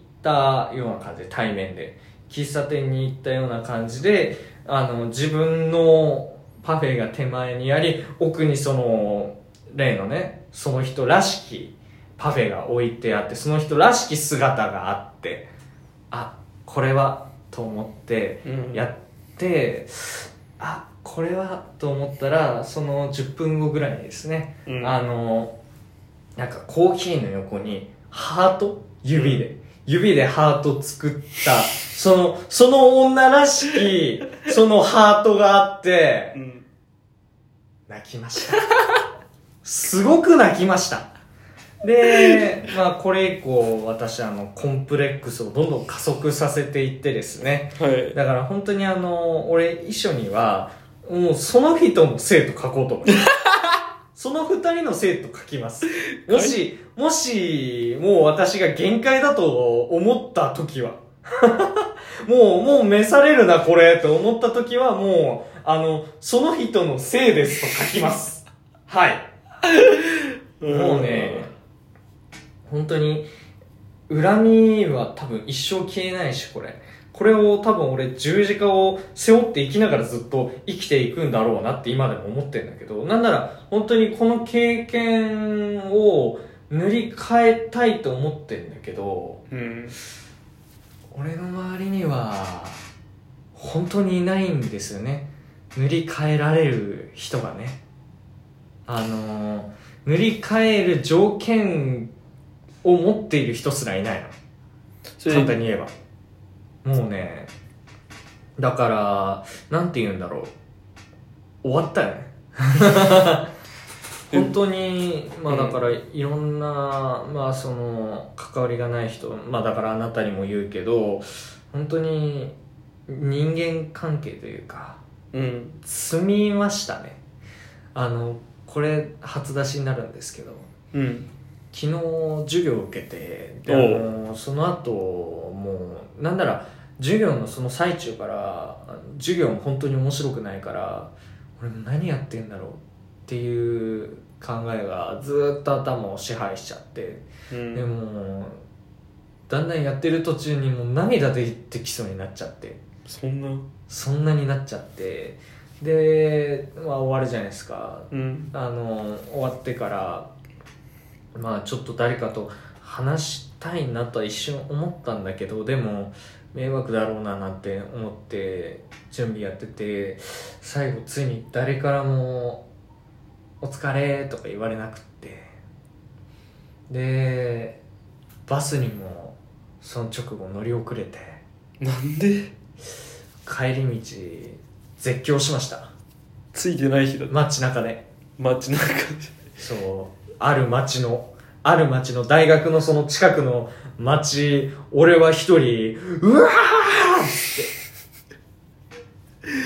たような感じで対面で喫茶店に行ったような感じであの自分のパフェが手前にあり奥にその例のねその人らしきパフェが置いてあってその人らしき姿があってあこれはと思ってうんやって、あこれはと思ったらその10分後ぐらいにですね、うんあのなんかコーヒーの横にハート指で、指でハート作ったそのその女らしきそのハートがあってうん泣きました。すごく泣きました。で、まあこれ以降私あのコンプレックスをどんどん加速させていってですね。はいだから本当にあの、俺遺書にはもうその人の生徒書こうと思います。その二人の生徒書きます。もし、もし、もう私が限界だと思った時は、 もう、もう召されるな、これ、と思った時は、もう、あの、その人のせいですと書きます。はい。もうね、本当に、恨みは多分一生消えないし、これ。これを多分俺十字架を背負って生きながらずっと生きていくんだろうなって今でも思ってるんだけど、なんなら本当にこの経験を塗り替えたいと思ってるんだけど、うん俺の周りには本当にいないんですよね塗り替えられる人がねあのー塗り替える条件を持っている人すらいないのそれ簡単に言えばもうねだからなんて言うんだろう終わったよね本当にまあだからいろんな、まあその関わりがない人まあだからあなたにも言うけど本当に人間関係というかうん積みましたねあのこれ初出しになるんですけどうん昨日授業を受けてでおうあのその後もうなんなら授業のその最中から授業も本当に面白くないから俺何やってんだろうっていう考えがずーっと頭を支配しちゃってうんでもだんだんやってる途中にもう涙出てきそうになっちゃってそんなそんなになっちゃってで、まあ、終わるじゃないですかうんあの終わってからまあちょっと誰かと話したいなとは一瞬思ったんだけどでも迷惑だろうななんて思って準備やってて最後ついに誰からも「お疲れ」とか言われなくってでバスにもその直後乗り遅れてなんで帰り道絶叫しましたついてない日だ街中で街中そう、ある町の、ある町の大学のその近くの町、俺は一人、うわーっつっ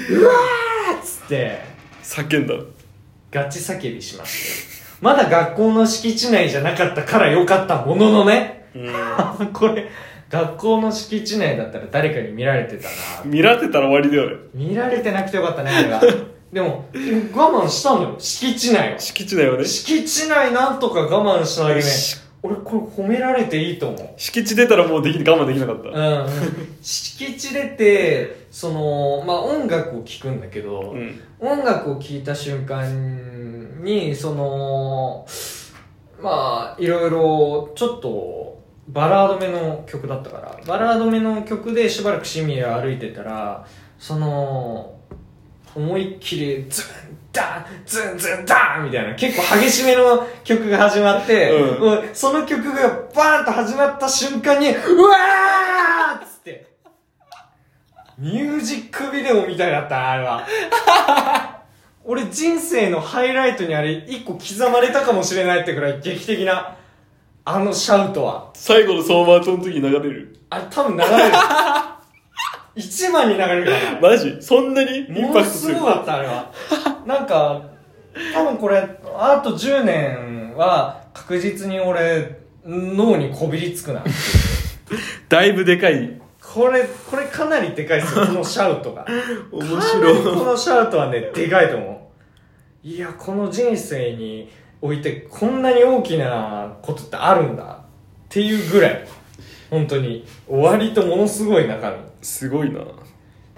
て、うわーっつって、で叫んだガチ叫びしました。まだ学校の敷地内じゃなかったからよかったもののね、 これ、学校の敷地内だったら誰かに見られてたな。見られてたら終わりだよね見られてなくてよかったね、俺は。でも、我慢したのよ、敷地内を。敷地だよね敷地内なんとか我慢しただけねし俺これ褒められていいと思う敷地出たらもうでき我慢できなかった、うん 敷地出てそのまあ音楽を聴くんだけど、うん音楽を聴いた瞬間にそのまあいろいろちょっとバラードめの曲だったからバラードめの曲でしばらく市民を歩いてたらその思いっきりズンダンズンズンダンみたいな結構激しめの曲が始まって、ううんその曲がバーンと始まった瞬間にうわーっつってミュージックビデオみたいだったなあれは俺人生のハイライトにあれ一個刻まれたかもしれないってくらい劇的なあのシャウトは最後のソーマートの時に流れるあれ多分流 れる一番に流れるからなマジそんなにインもパのクトすするごかったあれはなんか多分これあと10年は確実に俺脳にこびりつくなだいぶでかいこれこれかなりでかいですよこのシャウトが面かなりこ白いのシャウトはねでかいと思ういやこの人生においてこんなに大きなことってあるんだっていうぐらい本当に終わりとものすごい中身すごいなは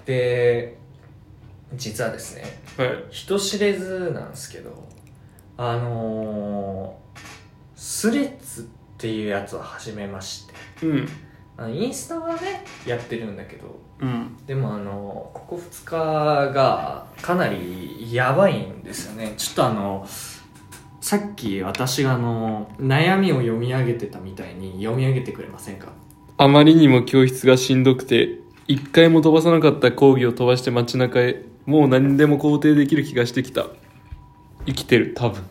で実はですねい人知れずなんですけどあのー、スレッズっていうやつを始めましてうんあのインスタはねやってるんだけどうんでもあのここ2日がかなりやばいんですよねちょっとあのさっき私があの悩みを読み上げてたみたいに読み上げてくれませんかあまりにも教室がしんどくて一回も飛ばさなかった講義を飛ばして街中へもう何でも肯定できる気がしてきた生きてる多分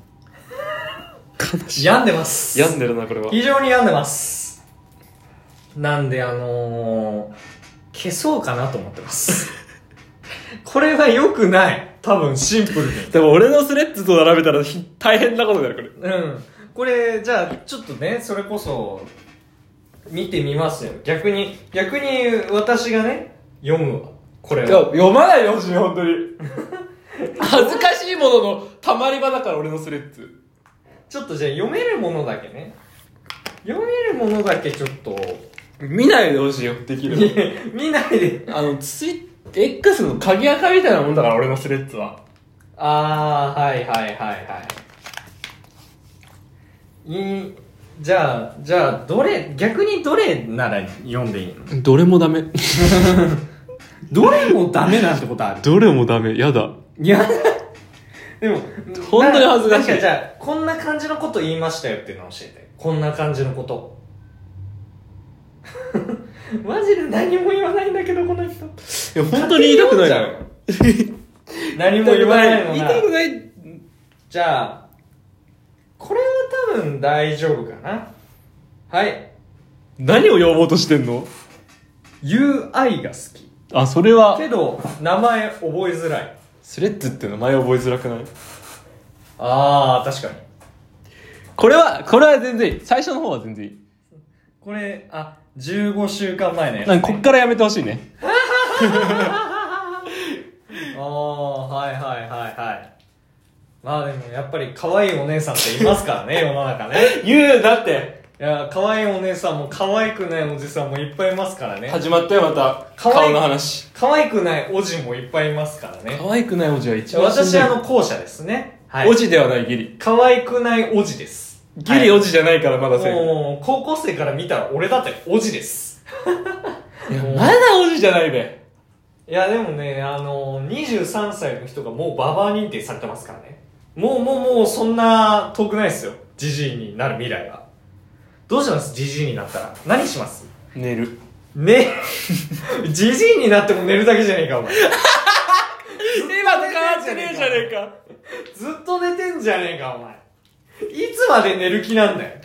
病んでます病んでるなこれは非常に病んでますなんであのー消そうかなと思ってます これは良くない多分シンプルにでも俺のスレッズと並べたらひ大変なことになるこれうん。これ、じゃあ、ちょっとね、それこそ、見てみますよ。逆に、逆に私がね、読むわ。これを。読まないでほしい本 当に恥ずかしいもののたまり場だから俺のスレッズちょっとじゃあ、読めるものだけね。読めるものだけちょっと、見ないでほしいよでき見る見ないで。あのツイ X の鍵垢みたいなもんだから俺のスレッズはあー、はいはいはいはい。いい、じゃあ、じゃあ、どれ、逆にどれなら読んでいいのどれもダメどれもダメなんてことあるどれもダメやだいや、でも、本当に恥ずかしいなんじゃあ、こんな感じのこと言いましたよっていうのを教えて。こんな感じのこと。 マジで何も言わないんだけど、この人。いや本当に言いたくないの何も言わないの言いなたくないじゃあ、これは多分大丈夫かな。はい。何を呼ぼうとしてんの UI が好き。あそれはけど、名前覚えづらい。スレッズって名前覚えづらくないあー、確かに。これはこれは全然いい最初の方は全然いいこれ、あ、15週間前のやつ、なね。んかこっからやめてほしいねああはいはいはいはいまあでもやっぱり可愛いお姉さんっていますか らね世の中ね言うだっていや可愛いお姉さんも可愛くないおじさんもいっぱいいますからね始まったよまた可愛顔いの話可愛くないおじもいっぱいいますからね可愛くないおじは一番私あの後者ですねはいおじではないギリ可愛くないおじですギリおじじゃないからまだせいもう高校生から見たら俺だっておじですやもうまだおじじゃないべいやでもねあの23歳の人がもうババア認定されてますからねもうもうもうそんな遠くないですよジジイになる未来はどうしますジジイになったら何します寝る ねジジイになっても寝るだけじゃねえか お前今変わってねえじゃねえかずっと寝てんじゃねえかお前いつまで寝る気なんだよ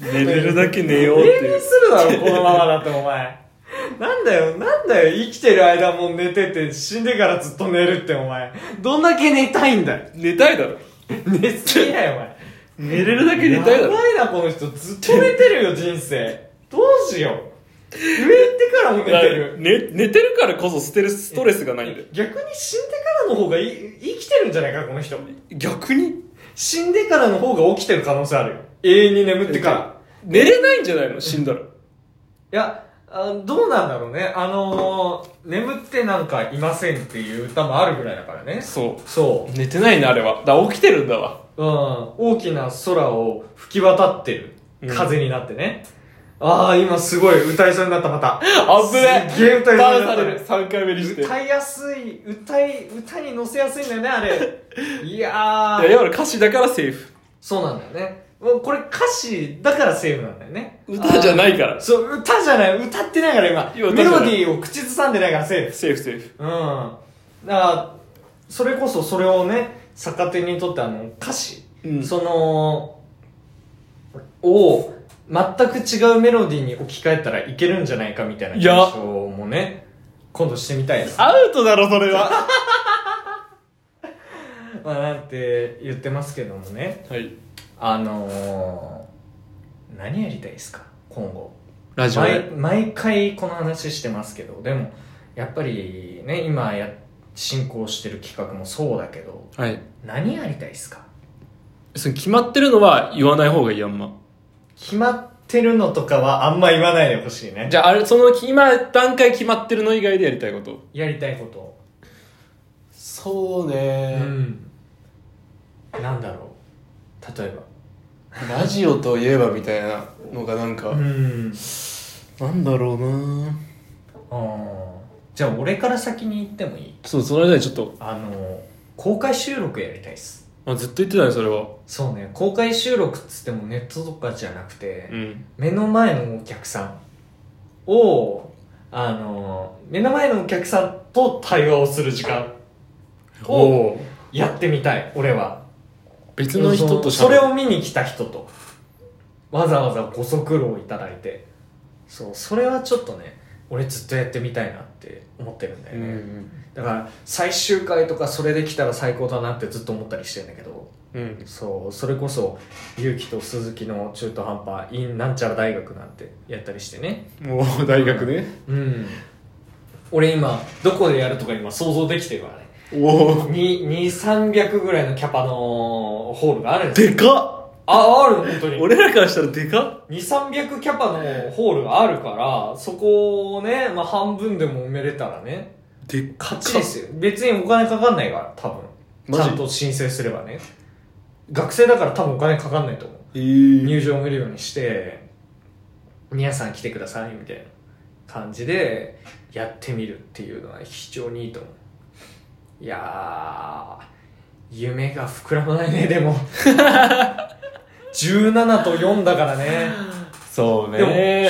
寝れるだけ寝ようって寝いにうするだろこのままだってお前なんだよなんだよ生きてる間も寝てて死んでからずっと寝るってお前どんだけ寝たいんだよ寝たいだろ寝すぎだよお前寝れるだけ寝たいだやろばいな、この人。ずっと寝てるよ、人生。どうしよう。上行ってからも寝てる。寝寝てるからこそステルスストレスがないんだよ逆に死んでからの方がい生きてるんじゃないか、この人。逆に死んでからの方が起きてる可能性あるよ。永遠に眠ってから。寝れないんじゃないの死んだらいや、あどうなんだろうね。あのー、眠ってなんかいませんっていう歌もあるぐらいだからね。そそう寝てないなあれはだから起きてるんだわうん、大きな空を吹き渡ってるうん風になってね。ああ、今すごい歌いそうになった、また。危ねえすっげえ歌いバそうンにさなれっる3回目にしてた。いや歌いやすい、歌い、歌に乗せやすいんだよね、あれ。いやいー、わゆる歌詞だからセーフそうなんだよね。もうこれ歌詞だからセーフなんだよね。。歌じゃないいからそう、歌じゃない、歌ってないからいや今。歌メじゃなロいディーを口ずさんでないからセーフ。セーフセーフうん。だから、それこそそれをね、逆手にとってあの、歌詞、うんその、を、全く違うメロディーに置き換えたらいけるんじゃないかみたいなや検証もね、今度してみたいです。アウトだろそれはまあ、なんて言ってますけどもね、はいあのー何やりたいですか今後。ラ毎毎回この話してますけど、でも、やっぱりね、今や、進行してる企画もそうだけど、はい何やりたいですかその決まってるのは言わない方がいいやんま決まってるのとかはあんま言わないでほしいねじゃああれその今段階決まってるの以外でやりたいことやりたいことそうね、んなんだろう例えばラジオといえばみたいなのがなんかうんなんだろうなあじゃあ俺から先に行ってもいいそうその間にちょっとあの公開収録やりたいっすあずっと言ってたねそれはそうね公開収録っつってもネットとかじゃなくて、うん目の前のお客さんをあの目の前のお客さんと対話をする時間をおやってみたい俺は別の人とそ喋れるを見に来た人とわざわざご足労いただいてそうそれはちょっとね俺ずっとやってみたいなって思ってるんだようんね、うんだから最終回とかそれできたら最高だなってずっと思ったりしてんだけどうんそうそれこそ勇気と鈴木の中途半端インなんちゃら大学なんてやったりしてねもう大学ねうん俺今どこでやるとか今想像できてるからねおお2300ぐらいのキャパのホールがあるんですよでかっあある本当に俺らからしたらでかっ2300キャパのホールがあるからそこをね、まあ、半分でも埋めれたらねでっか勝っちですよ別にお金かかんないから多分マちジゃんと申請すればね学生だから多分お金かかんないと思うえー、入場無料にして皆さん来てくださいみたいな感じでやってみるっていうのは非常にいいと思ういやー夢が膨らまないねで も17と4だからねそうねで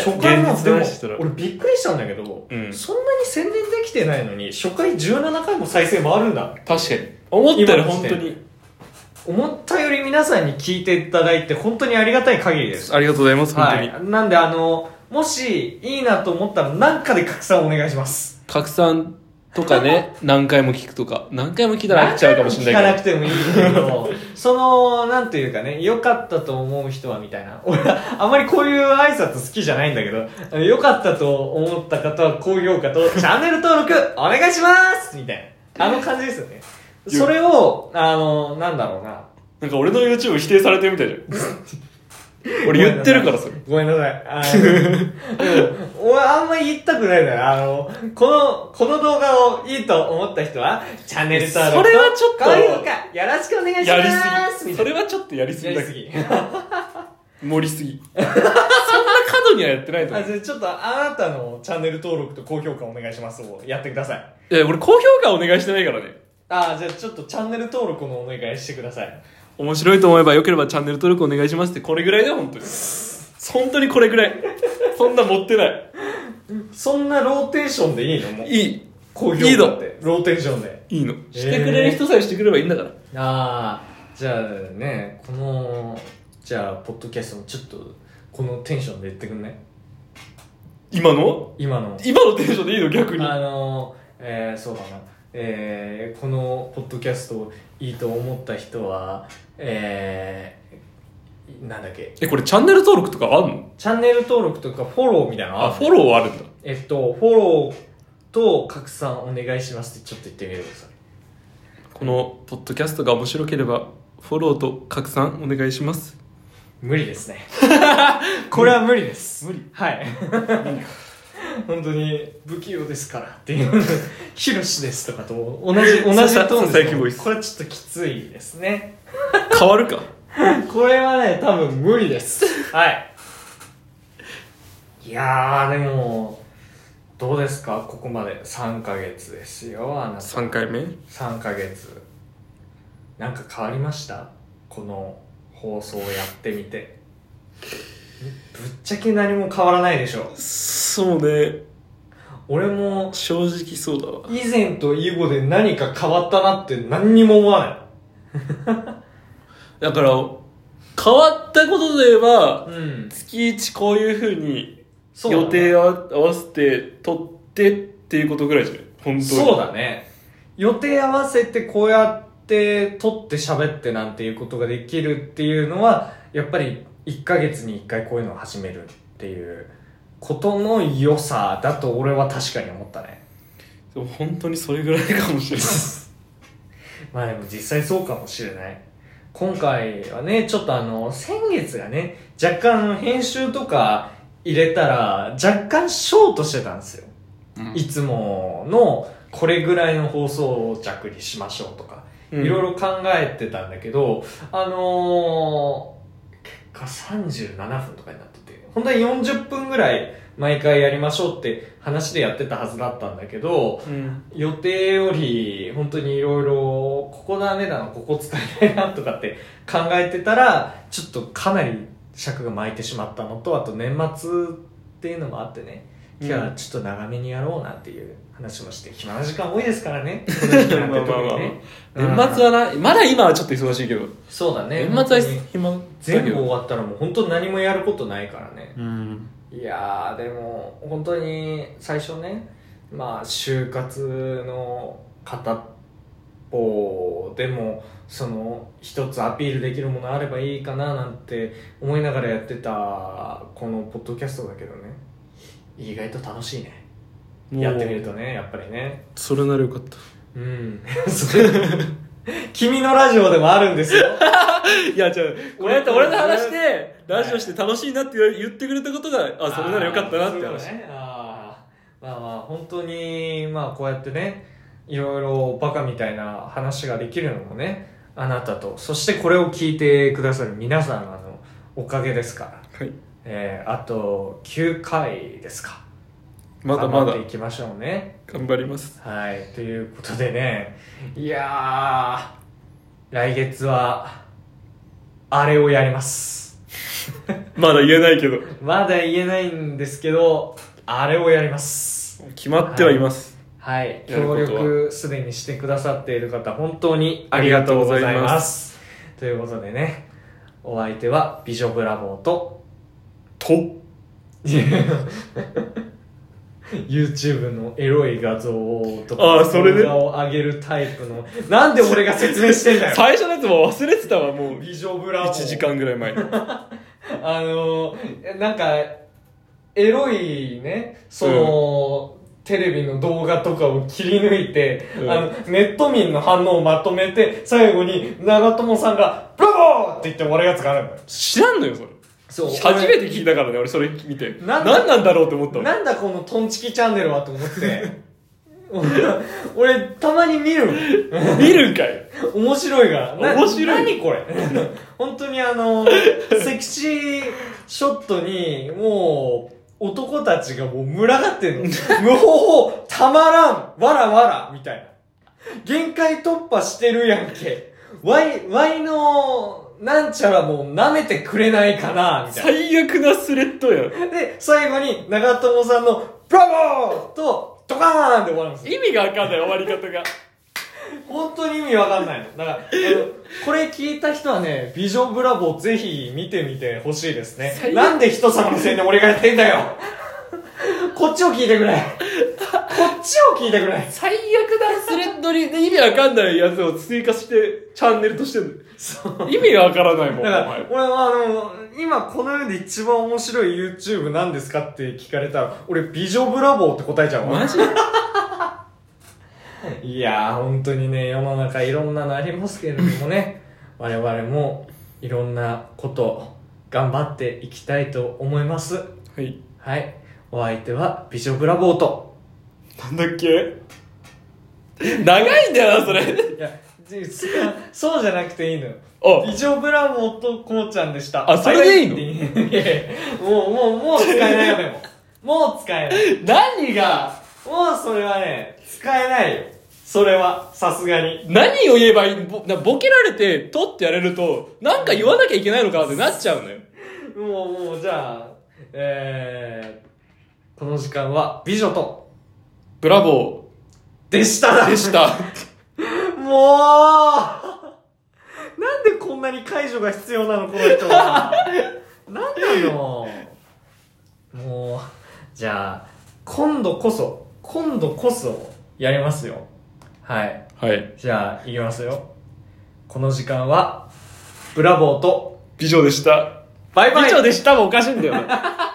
も初回の現で実も話したら俺びっくりしたんだけど、うんそんなに宣伝できてないのに初回17回も再生回るんだ確かに思ったより今の本時当点に思ったより皆さんに聞いていただいて本当にありがたい限りですありがとうございます本当はに、いなんであのもしいいなと思ったら何かで拡散お願いします拡散とか ね何回も聞くとか何回も聞いたら飽きちゃうかもしれ何な回いもけ聞かなくてもいいけどそのなんていう かね良かったと思う人はみたいな俺あんまりこういう挨拶好きじゃないんだけど良かったと思った方は高評価とチャンネル登録お願いしますみたいなあの感じですよねそれをあのなんだろうなどなんか俺の YouTube 否定されてるみたい じゃん俺言ってるからそれごめんなさい。あのでも俺あんまり言いたくないのよ。あの、この、この動画をいいと思った人は、チャンネル登録と。それはちょっと高評価、よろしくお願いしやまりす。すぎみそたいれはちょっとやりすなぎやだりすぎ。盛りすぎそんな過度にはやってないとあ思うじゃあちょっとあなたのチャンネル登録と高評価お願いしますをやってください。いや俺高評価お願いしてないからねあじゃあちょっとチャンネル登録のお願いしてください。面白いと思えばよければチャンネル登録お願いしますってこれぐらいだよ本当に本当にこれぐらいそんな持ってないそんなローテーションでいいのもういい高評いい価っのて。ローテーションで。いいのしてくれる人さえしてくればいいんだから、ああじゃあねこのじゃあポッドキャストもちょっとこのテンションで言ってくんね今の今の今のテンションでいいの逆にあのえー、そうだなえー、このポッドキャストをいいと思った人はえー、なんだっけえこれチャンネル登録とかあんのチャンネル登録とかフォローみたいなのああるフォローはあるんだえっとフォローと拡散お願いしますってちょっと言ってみてくださいこのポッドキャストが面白ければフォローと拡散お願いします無理ですねこれは無理です無理はい本当に不器用ですからっていう「ヒロシです」とかと同じ同じトーンですさささやきボイスこれはちょっときついですね変わるかこれはね多分無理ですはいいやーでもどうですかここまで3ヶ月ですよあなた3回目3ヶ月なんか変わりましたこの放送をやってみてぶっちゃけ何も変わらないでしょそうね俺も正直そうだわ以前と以後で何か変わったなって何にも思わだから変わったことで言えばないうん月1こういうふうにそうだね予定を合わせて撮ってっていうことぐらいじゃない本当にそうだね予定合わせてこうやって撮って喋ってなんていうことができるっていうのはやっぱり1ヶ月に1回こういうのを始めるっていうことの良さだと俺は確かに思ったねでも本当にそれぐらいかもしれないまあでも実際そうかもしれない。今回はね、ちょっとあの、先月がね、若干編集とか入れたら、若干ショートしてたんですよ。いつもの、これぐらいの放送を着にしま しょうとか、うんいろいろ考えてたんだけど、あのー、結果37分とかになってて、本当に40分ぐらい毎回やりましょうって話でやってたはずだったんだけど、うん予定より本当にいろいろここだねだなここ使えないなとかって考えてたらちょっとかなり尺が巻いてしまったのとあと年末っていうのもあってねうん今日はちょっと長めにやろうなっていう話もして暇な 時間多いですからねこの時期なんて特にね年末うんはなまだ今はちょっと忙しいけどそうだ年ね末は本当暇にだけど全部終わったらもう本当何もやることないからねうんいやーでも本当に最初ねまあ就活の片っぽでもその一つアピールできるものあればいいかななんて思いながらやってたこのポッドキャストだけどね意外と楽しいねもうやってみるとねやっぱりねそれならよかったうん それ君のラジオでもあるんですよいや、じゃあ、こうやって俺の話で、ラジオして楽しいなって言われ言ってくれたことが、あ、それならよかったなって話。あーそういうことねあーまあまあ本当にまあこうやってねいろいろバカみたいな話ができるのもねあなたとそしてこれを聞いてくださる皆さんあのおかげですから、はい。えーあと9回ですかまだま頑張だっていきましょうね頑張ります。はいということでねいやー来月はあれをやります まだ言えないけど、まだ言えないんですけどあれをやります決まってはいます。はい、やること協は力すでにしてくださっている方、本当にありがとうございありがとうございま。ますということでね、お相手は美女ブラボ ーと、と、 YouTube のエロい画像とか、あーそれで動画を上げるタイプの、なんで俺が説明してんだよ最初のやつも忘れてたわ、もう。美女ブラボー。 1時。間ぐらい前に。 あのー、なんか、エロいね、その、テレビの動画とかを切り抜いて、うんあの、ネット民の反応をまとめて、最後に長友さんが、ブラボーって言って終わるやつがあるのよ。知らんのよ、それ。そ初めて聞いたからね、俺それ見て。なん何なだんだろうって思ったわ。なんだこのトンチキチャンネルはと思 って。俺、俺たまに見るもん。見るんかい。面白いがな面白い何これ 本当に あの、セクシーショットに、もう、男たちがもう群がってんの。無法法、たまらん、わらわら、みたいな。限界突破してるやんけ。ワイ、ワイの、なんちゃらもう舐めてくれないかな、みたいな。最悪なスレッドやん。で、最後に長友さんの、ブラボーと、ドカーンって終わるんですよ。意味がわかんない、終わり方が。本当に意味わかんないの。だから、あのこれ聞いた人はね、ビジョンブラボーぜひ見てみてほしいですね。最悪なんで人様のせいで俺がやってんだよこっちを聞いてくれこっちを聞いてくれ最悪なスレッドにで意味わかんないやつを追加して、チャンネルとしてんのよそう。 意味がわからないもん、だおから前、。俺はあの、今この世で一番面白い YouTube なんですかって聞かれたら、俺ビジョンブラボーって答えちゃうわ。ジいやー、本当にね、世の中いろんなのありますけれどもね、我々もいろんなこと、頑張っていきたいと思います。はい。はい。お相手は、美女ブラボーと。なんだっけ長いんだよな、それ。いや、じそそうじゃなくていいのよ。あ、美女ブラボーとこうちゃんでした。あそれでいいのバイバイっていやいやもう、もう、もう使えないよ、で も。もう使えない。何が、もうそれはね、使えないよ。それは、さすがに。何を言えばいいぼなボケられて、とってやれると、なんか言わなきゃいけないのかってなっちゃうのよ。もう、もう、じゃあ、えー、この時間は、美女と、ブラボでしたなーで した。もうなんでこんなに解除が必要なのこの人は。なんなのもう、じゃあ、今度こそ、今度こそ、やりますよ。はい。はい。じゃあ、いきますよ。この時間は、ブラボーと、美女でした。バイバイ 美女でしたもおかしいんだよな。